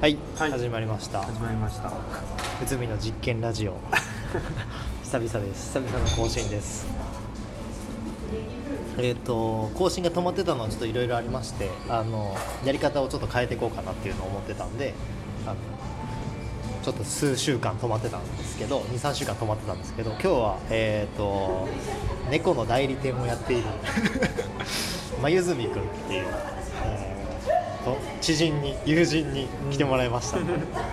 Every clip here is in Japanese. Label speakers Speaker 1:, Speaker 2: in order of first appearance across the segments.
Speaker 1: はい、
Speaker 2: はい
Speaker 1: 始まりました
Speaker 2: 始まりました
Speaker 1: 宇都宮の実験ラジ オ久々です久々の更新ですえっ、と更新が止まってたのはちょっといろいろありましてあのやり方をちょっと変えていこうかなっていうのを思ってたんであのちょっと数週間止まってたんですけど23週間止まってたんですけど今日はえっ、と猫の代理店をやっている まゆずみくんっていう、えーと知人に友人に来てもらいました、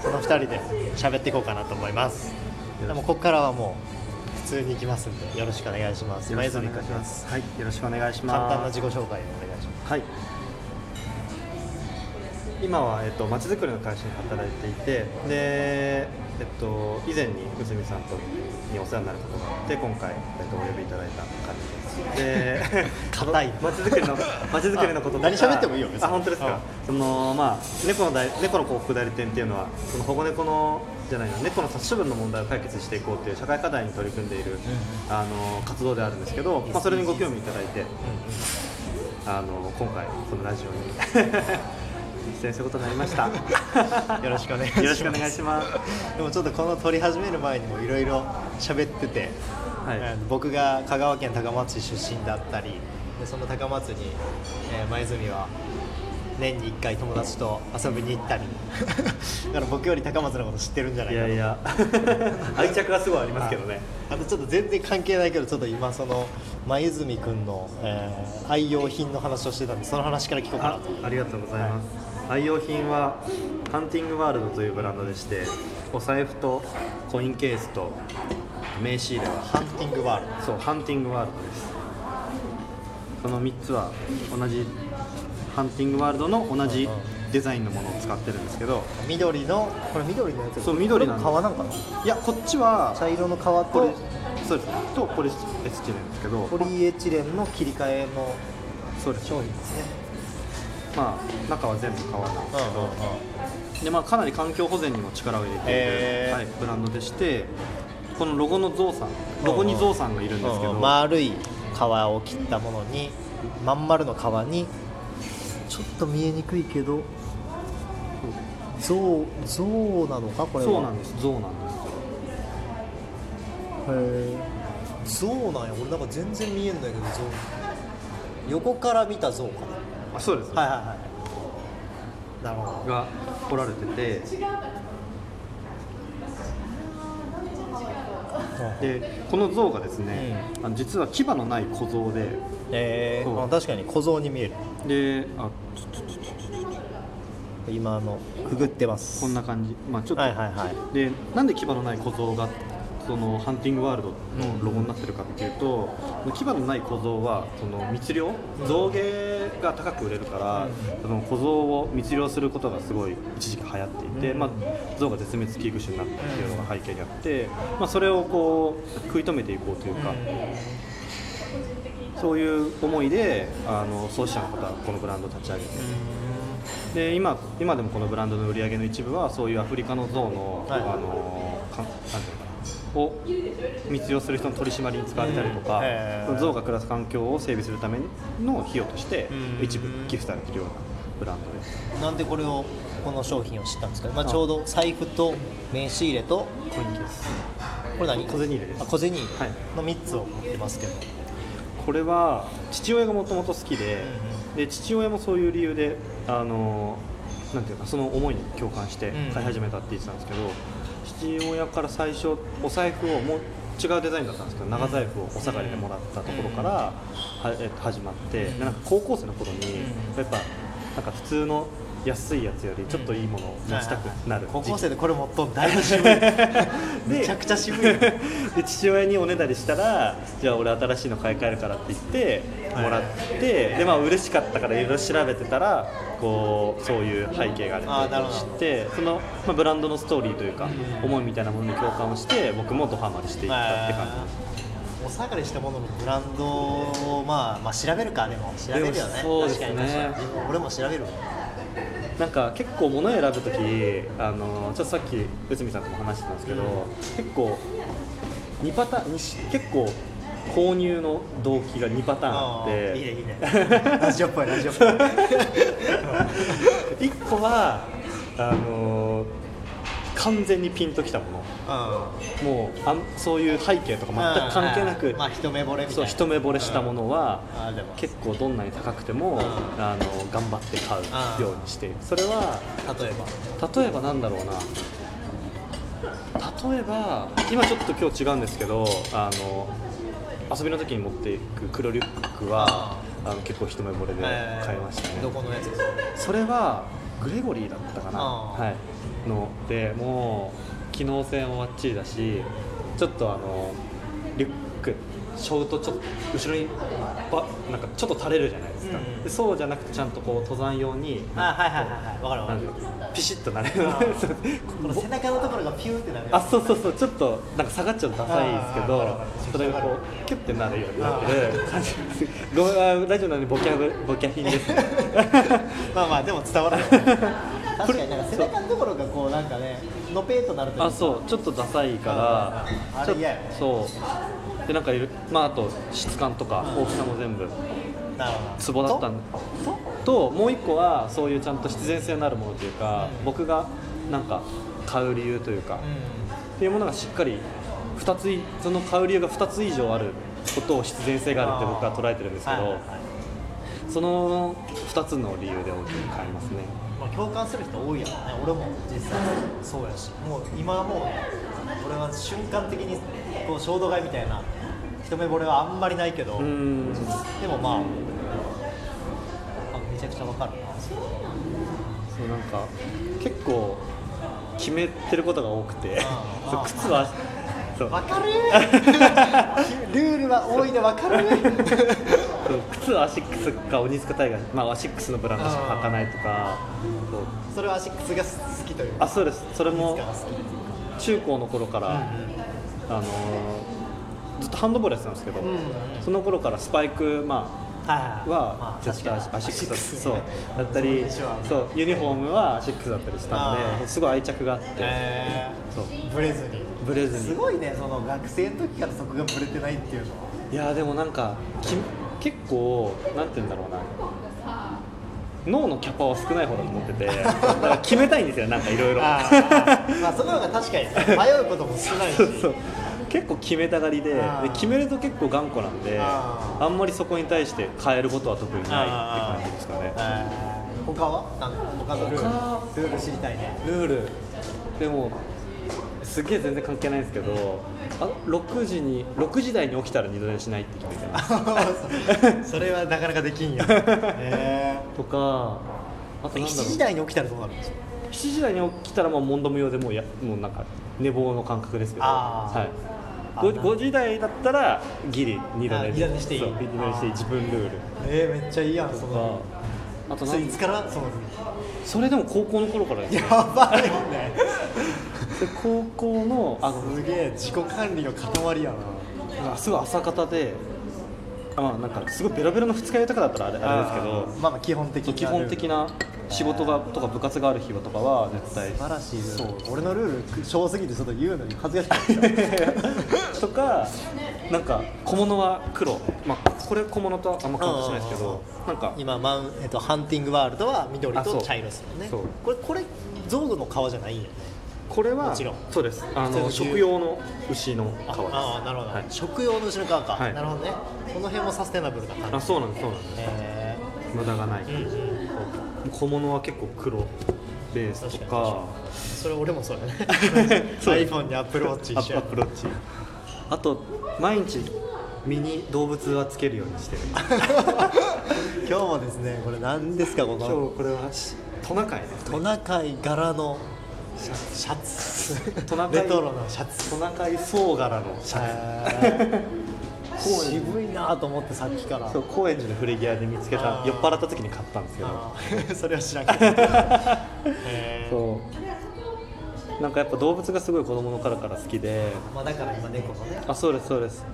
Speaker 1: その2人で喋っていこうかなと思いますでもここからはもう普通に行きますんでよろしくお願いします
Speaker 2: よ
Speaker 1: ま
Speaker 2: ろ
Speaker 1: ゆ
Speaker 2: しく
Speaker 1: ず
Speaker 2: お
Speaker 1: み
Speaker 2: 願い
Speaker 1: くん
Speaker 2: しますはいよろしくお願いします
Speaker 1: 簡単な自己紹介をお願いしま
Speaker 2: はい今は、えっと、まちづくりの会社に働いていてで、えっと、以前に宇都宮さんとにお世話になることがあって今回、えっと、お呼びいただいた感じです で
Speaker 1: 硬い
Speaker 2: まちづくりのまちづくりのこととか
Speaker 1: あ何喋ってもいいよ別に
Speaker 2: あ本当です
Speaker 1: うん
Speaker 2: かそのまあ猫の代猫の幸福代理店っていうのはその保護猫のじゃないな猫の殺処分の問題を解決していこうっていう社会課題に取り組んでいる、あの活動であるんですけど、まあ、それにご興味いただいて
Speaker 1: す、
Speaker 2: あの今回このラジオに 出演することになりまし た。
Speaker 1: よろしくお願いします
Speaker 2: よろしくお願いします。
Speaker 1: でもちょっとこの撮り始める前にもいろいろ喋ってて、
Speaker 2: はい
Speaker 1: あの僕が香川県高松市出身だったりでその高松に、えー、前住は年に1回友達と遊びに行 ったりだから僕より高松のこと知ってるんじゃない
Speaker 2: い
Speaker 1: か
Speaker 2: や
Speaker 1: と
Speaker 2: いや 愛着がすごいありますけどね。
Speaker 1: ああとちょっと全然関係ないけどちょっと今その前泉君の、えー愛用品の話をしてたんでその話から聞こうかな
Speaker 2: あ
Speaker 1: と
Speaker 2: ありがとうございます、愛用品はハンティングワールドというブランドでしてお財布とコインケースと名刺入れは
Speaker 1: ハンティングワールド
Speaker 2: そうハンティングワールドですその3つは同じハンティングワールドの同じデザインのものを使ってるんですけど
Speaker 1: 緑のこれ緑のやつ
Speaker 2: そう緑なんです
Speaker 1: これ皮なんかない
Speaker 2: やこっちは
Speaker 1: 茶色の皮
Speaker 2: ことれそうですとこれエスチなんですけど
Speaker 1: ポリエチレンの切り替えの
Speaker 2: そうです
Speaker 1: 商品ですね
Speaker 2: まあ中は全部革なんですけど、でまあ、かなり環境保全にも力を入れている、
Speaker 1: へー
Speaker 2: はい、ブランドでしてこのロゴのゾウさんロゴにゾウさんがいるんですけど、
Speaker 1: 丸い皮を切ったものにまん丸の皮にちょっと見えにくいけど象象なのかこれは
Speaker 2: そうなんですゾウなんですよ
Speaker 1: へえ象なんや俺なんか全然見えんだけど象横から見た象か
Speaker 2: あそうです、
Speaker 1: なはいはいはいなるほど
Speaker 2: が彫られててでこのゾウがですね、あの実は牙のない小象で
Speaker 1: え
Speaker 2: そう
Speaker 1: ー、あ確かに小象に見える
Speaker 2: であちょ
Speaker 1: 今あのくぐってます
Speaker 2: こんな感じまあちょっと、
Speaker 1: はいはいはい
Speaker 2: でなんで牙のない小僧がそのハンティングワールドのロゴになってるかっていうと、牙のない小僧はその密漁象牙が高く売れるから、その小僧を密漁することがすごい一時期流行っていて、
Speaker 1: うん
Speaker 2: まあ、象が絶滅危惧種になったっていうのが背景にあって、まあ、それをこう食い止めていこうというか。そういう思いであの創始者の方はこのブランドを立ち上げてで今今でもこのブランドの売り上げの一部はそういうアフリカの象の、
Speaker 1: はい
Speaker 2: あのかなんていうのかなを密漁する人の取り締まりに使われたりとか、
Speaker 1: うんえー
Speaker 2: 象が暮らす環境を整備するための費用として
Speaker 1: うん
Speaker 2: 一部寄付されてるようなブランドです。
Speaker 1: なんでこれをこの商品を知ったんですか、まあ、ちょうど財布と名刺入れと
Speaker 2: コインです
Speaker 1: これ何
Speaker 2: 小銭入れです
Speaker 1: あ小銭入れ
Speaker 2: はい
Speaker 1: の3つを持ってますけど、
Speaker 2: これは父親がもともと好きで,、
Speaker 1: うん
Speaker 2: で父親もそういう理由であのなんていうかその思いに共感して
Speaker 1: うん
Speaker 2: 買い始めたって言ってたんですけど、父親から最初お財布をもう違うデザインだったんですけど長財布をお下がりでもらったところから、はえっと始まってでなんか高校生の頃に、
Speaker 1: うん
Speaker 2: やっぱなんか普通の安いやつよりちょっといいものを出したくなる
Speaker 1: 高
Speaker 2: 時期
Speaker 1: 校生でこれ持っとんだいぶ 渋いめちゃくちゃ渋いな
Speaker 2: で父親におねだりしたらじゃあ俺新しいの買い替えるからって言ってもらって、でまあ嬉しかったからいろいろ調べてたらこうそういう背景があ
Speaker 1: あー
Speaker 2: る
Speaker 1: なる
Speaker 2: の
Speaker 1: ほ
Speaker 2: を
Speaker 1: ど
Speaker 2: 知ってその、まあ、ブランドのストーリーというか、
Speaker 1: うん
Speaker 2: 思いみたいなものに共感をして僕もドハマりしていったって感じ
Speaker 1: お下がりしたもののブランドを、まあ、まあ調べるかでも調べるよね
Speaker 2: でもそうですね
Speaker 1: 確かに確かに自分俺も調べるわ
Speaker 2: なんか結構物を選ぶ時あのちょっとさっき内海さんとも話してたんですけど、
Speaker 1: うん
Speaker 2: 結構2パターンにし結構購入の動機が2パターンあ
Speaker 1: あ
Speaker 2: って
Speaker 1: ーいいねい いねラジオっぽいラジオっぽい
Speaker 2: 1個はあのー完全にピンときたものもうあんそういう背景とか全く関係なく、
Speaker 1: まあ一目惚れみたいな
Speaker 2: そう一目惚れしたものは、
Speaker 1: うんあーでも
Speaker 2: 結構どんなに高くても、
Speaker 1: ん
Speaker 2: あの頑張って買うようにしているそれは
Speaker 1: 例えば
Speaker 2: 例えばなんだろうな例えば今ちょっと今日違うんですけどあの遊びの時に持っていく黒リュックはあの結構一目惚れで買いましたね、
Speaker 1: どこのやつですか
Speaker 2: それはグレゴリーだったかな、
Speaker 1: あー
Speaker 2: はい、のでもう機能性もバッチリだしちょっとあのリュックショートちょっと後ろにばなんかちょっと垂れるじゃないですか、
Speaker 1: うんうん
Speaker 2: でそうじゃなくてちゃんとこう登山用に
Speaker 1: あはいはいはいはいわかるわか
Speaker 2: なん
Speaker 1: る
Speaker 2: かピシッとなれる
Speaker 1: あーこの背中のところがピューってなる
Speaker 2: あそうそうそうちょっとなんか下がっちゃうとダサいですけ
Speaker 1: あーわかる
Speaker 2: ど
Speaker 1: わかる
Speaker 2: それがこうキュッてなるようになって
Speaker 1: あ
Speaker 2: る感じごめんあーラジオなのにボキャブボキャ品です ね
Speaker 1: まあまあでも伝 わらない確かになんか背中のところがこうなんかねのぺーとなるというか
Speaker 2: あそうちょっとダサいから
Speaker 1: あ
Speaker 2: ちょっ
Speaker 1: れ嫌やね
Speaker 2: そうでなんかいるまああと質感とか
Speaker 1: うん
Speaker 2: 大きさも全部
Speaker 1: なるほど
Speaker 2: ツボだったんでともう一個はそういうちゃんと必然性のあるものというか
Speaker 1: うん
Speaker 2: 僕がなんか買う理由というか
Speaker 1: う
Speaker 2: っていうものがしっかり2ついその買う理由が2つ以上あることを必然性があるって僕は捉えてるんですけ
Speaker 1: はいはい
Speaker 2: ど
Speaker 1: はい
Speaker 2: その2つの理由で大きく買いますね
Speaker 1: まあ、共感する人多いやろね俺も実際そうやしもう今はもうね俺は瞬間的にこう衝動買いみたいな一目惚れはあんまりないけど、
Speaker 2: うーん
Speaker 1: でもまああめちゃくちゃわかるな
Speaker 2: そうなんか結構決めてることが多くて
Speaker 1: あー
Speaker 2: そう
Speaker 1: あー
Speaker 2: 靴はそう
Speaker 1: わかる ルールは多いでわかる
Speaker 2: そう靴はアシックスかオニスカタイガー、まあ、アシックスのブランドしか履かないとかそう
Speaker 1: それはアシックスが好きという
Speaker 2: あそうですそれも
Speaker 1: いつかが好き
Speaker 2: 中高の頃から、あのーずっとハンドボールやってたんですけど、
Speaker 1: うん
Speaker 2: その頃からスパイク、まあ、は絶対アシ
Speaker 1: 確か
Speaker 2: ア
Speaker 1: に
Speaker 2: シックスだっ
Speaker 1: アね
Speaker 2: たそうだったり
Speaker 1: そうでしょ
Speaker 2: そうユニフォームはアシックスだったりしたん
Speaker 1: あ
Speaker 2: で
Speaker 1: ー
Speaker 2: すごい愛着があって、
Speaker 1: へ
Speaker 2: そう
Speaker 1: ーブレずに
Speaker 2: ブレずに
Speaker 1: すごいねその学生の時からそこがブレてないっていうのはい
Speaker 2: やーでもなんかき結構なんて言うんだろうな脳のキャパは少ない方だと思っててだから決めたいんですよなんかいろいろ
Speaker 1: あーまあその方が確かに迷うことも少ないし
Speaker 2: そうそう結構決めたがりでで
Speaker 1: あー
Speaker 2: 決めると結構頑固なんで
Speaker 1: あ
Speaker 2: あ
Speaker 1: ー
Speaker 2: んまりそこに対して変えることは特にないって感じですかね
Speaker 1: あー他はなんか他のルールルール知りたいね
Speaker 2: ルールでもすげえ全然関係ないんですけどあ6時に6時台に起きたら二度寝しないって決めてま す
Speaker 1: それはなかなかできんやえ
Speaker 2: とかあとなんだろう
Speaker 1: 7時台に起きたらどうなるんですか
Speaker 2: 7時台に起きたらもう問答無用でもうやもうなんか寝坊の感覚ですけど、
Speaker 1: あー
Speaker 2: はい、
Speaker 1: あ
Speaker 2: 5,
Speaker 1: なるほど
Speaker 2: 時台だったらギリ二度
Speaker 1: あ
Speaker 2: 寝
Speaker 1: 二度寝していい
Speaker 2: そう二度寝していい
Speaker 1: あー
Speaker 2: 自分ルール
Speaker 1: えー、めっちゃいいやんそ
Speaker 2: と
Speaker 1: の
Speaker 2: かあと
Speaker 1: そ
Speaker 2: な
Speaker 1: れ
Speaker 2: ん
Speaker 1: いつからその
Speaker 2: それでも高校の頃からです
Speaker 1: や
Speaker 2: ね
Speaker 1: ばいね
Speaker 2: で高校のあの
Speaker 1: すげえ自己管理の塊やな
Speaker 2: あすごい朝方であまあなんかすごいベロベロの二日酔いとかだったらあれあれですけど
Speaker 1: まあまあ基本的
Speaker 2: そう
Speaker 1: な
Speaker 2: 基本的な仕事がとか部活がある日はとかは絶対
Speaker 1: 素晴らしいル
Speaker 2: そう
Speaker 1: ール俺のルール小すぎてちょっと言うのに恥ずかしかった
Speaker 2: とか、なんか小物は黒、まあ、これ小物とはあんま関係しないですけど、なんか、
Speaker 1: 今マウン、えっと、ハンティングワールドは緑
Speaker 2: あそ
Speaker 1: と
Speaker 2: う
Speaker 1: 茶色ですもんね
Speaker 2: そう
Speaker 1: これこれ象具の皮じゃないんやね
Speaker 2: これ
Speaker 1: も
Speaker 2: は
Speaker 1: ちろん、
Speaker 2: そうです、あ
Speaker 1: 普通
Speaker 2: の
Speaker 1: の牛
Speaker 2: 食用の牛の皮
Speaker 1: あ
Speaker 2: です。
Speaker 1: あーなるほど、
Speaker 2: はい
Speaker 1: 食用の後ろ側か、
Speaker 2: はい
Speaker 1: なるほどねこの辺もサステナブルな
Speaker 2: あ
Speaker 1: 感じ
Speaker 2: そうなんです、そうなんです、
Speaker 1: え
Speaker 2: 無駄がない、
Speaker 1: ーうんうん
Speaker 2: 小物は結構黒ベースと
Speaker 1: 確
Speaker 2: か
Speaker 1: か、それ俺も そうやね
Speaker 2: そう
Speaker 1: iPhone に Apple Watch
Speaker 2: ア
Speaker 1: 一緒
Speaker 2: ッ
Speaker 1: や
Speaker 2: プローチ、あと、毎日、身に動物はつけるように してる、
Speaker 1: 今日もですねこれ何ですかこ
Speaker 2: 今日
Speaker 1: の
Speaker 2: これはしトナカイです、
Speaker 1: トナカイ柄のシャツシャツ
Speaker 2: トナカ
Speaker 1: レ
Speaker 2: イ
Speaker 1: トロなシャツ
Speaker 2: トナカイ総柄のシャツ。
Speaker 1: へー
Speaker 2: こういう
Speaker 1: 渋いなと思ってさっきから
Speaker 2: そう高円寺の古着屋で見つけた
Speaker 1: あー
Speaker 2: 酔っ払った時に買ったんですけど
Speaker 1: あー それは知らんけどへー
Speaker 2: そうなんかやっぱ動物がすごい子供の頃から好きで
Speaker 1: まあだから今猫のね
Speaker 2: あそうですそうです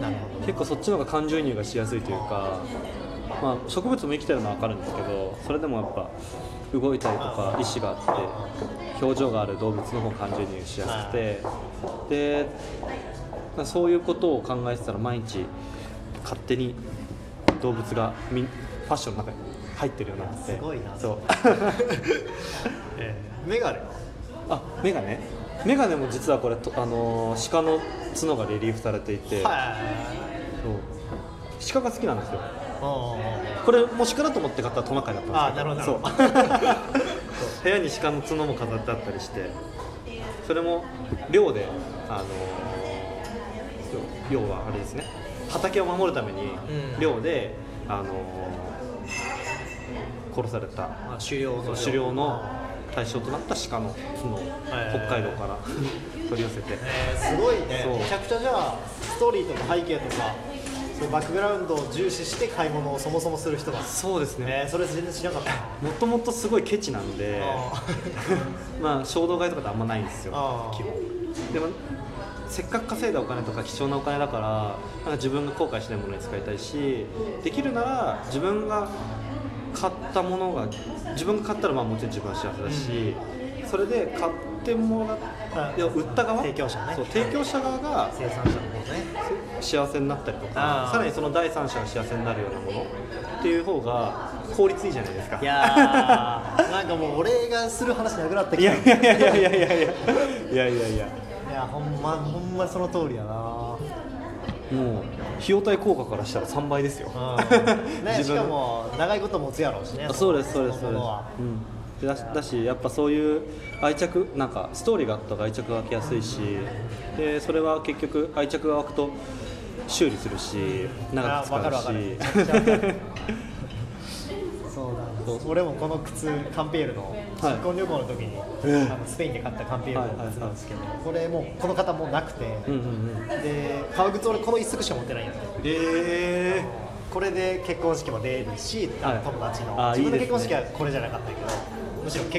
Speaker 1: なるほど
Speaker 2: 結構そっちの方が感情移入がしやすいというか、まあ、植物も生きてるのは分かるんですけどそれでもやっぱ動いたりとか意志があって表情がある動物の方が感情移入しやすくてでまあそういうことを考えてたら毎日勝手に動物がみファッションの中に入ってるようになって
Speaker 1: すごいな
Speaker 2: そう
Speaker 1: えメガネ
Speaker 2: あメガネメガネも実はこれとあのー鹿の角がリリーフされていて、
Speaker 1: はい
Speaker 2: そう鹿が好きなんですよ
Speaker 1: あ
Speaker 2: これも鹿だと思って買ったらトナカイだったんですけど
Speaker 1: あなるほど
Speaker 2: そう そう部屋に鹿の角も飾ってあったりしてそれも寮であのーそう要はあれですね畑を守るために
Speaker 1: うん
Speaker 2: 寮で、あのー殺された
Speaker 1: あ狩猟の
Speaker 2: 狩猟の対象となった鹿の角を
Speaker 1: はい
Speaker 2: 北海道から取り寄せて
Speaker 1: えーすごいね
Speaker 2: そう
Speaker 1: めちゃくちゃじゃあストーリーとか背景とかそういうバックグラウンドを重視して買い物をそもそもする人だ
Speaker 2: そうですね
Speaker 1: えーそれ全然知らなかった
Speaker 2: もともとすごいケチなんで
Speaker 1: あ
Speaker 2: まあ衝動買いとかってあんまないんですよ
Speaker 1: あー
Speaker 2: 基本でもせっかく稼いだお金とか貴重なお金だからなんか自分が後悔しないものに使いたいしできるなら自分が買ったものが自分が買ったらまあもちろん自分は幸せだし、それで買ってもら
Speaker 1: あ
Speaker 2: っいや売った側
Speaker 1: 提供者ね
Speaker 2: そう提供者側が
Speaker 1: 生産者の方ね
Speaker 2: 幸せになったりと
Speaker 1: あ
Speaker 2: か
Speaker 1: ー
Speaker 2: さらにその第三者が幸せになるようなものっていう方が効率いいじゃないですか
Speaker 1: いやーなんかもう俺がする話なくなって
Speaker 2: い
Speaker 1: きた
Speaker 2: やいやいやいやいやいやいやいやいやいや
Speaker 1: いやほんまほんまその通りやな
Speaker 2: もう費用対効果からしたら3倍ですよ、
Speaker 1: うんね、し
Speaker 2: 自分
Speaker 1: かも長いこと持つやろうしね
Speaker 2: あそうですそうですそ
Speaker 1: の
Speaker 2: う
Speaker 1: も
Speaker 2: で
Speaker 1: の
Speaker 2: す
Speaker 1: は、
Speaker 2: うん、だしだしやっぱそういう愛着なんかストーリーがあった方が愛着が湧きやすいしでそれは結局愛着が湧くと修理するし長く
Speaker 1: あわかるわか
Speaker 2: 使う
Speaker 1: る
Speaker 2: し
Speaker 1: めちゃくちゃわ かるそうなんです俺もこの靴カンペールの新婚旅行の時に、
Speaker 2: うん
Speaker 1: あのスペインで買ったカンペールの靴なんですけど、これもうこの方もうなくて、
Speaker 2: うんうんうん
Speaker 1: で革靴俺この一足しか持ってないんですよ
Speaker 2: え
Speaker 1: これで結婚式も出るし、
Speaker 2: はい
Speaker 1: 友達の
Speaker 2: あ
Speaker 1: 自分の
Speaker 2: いい
Speaker 1: 結
Speaker 2: ですね
Speaker 1: 婚式はこれじゃなかったけどむしろ結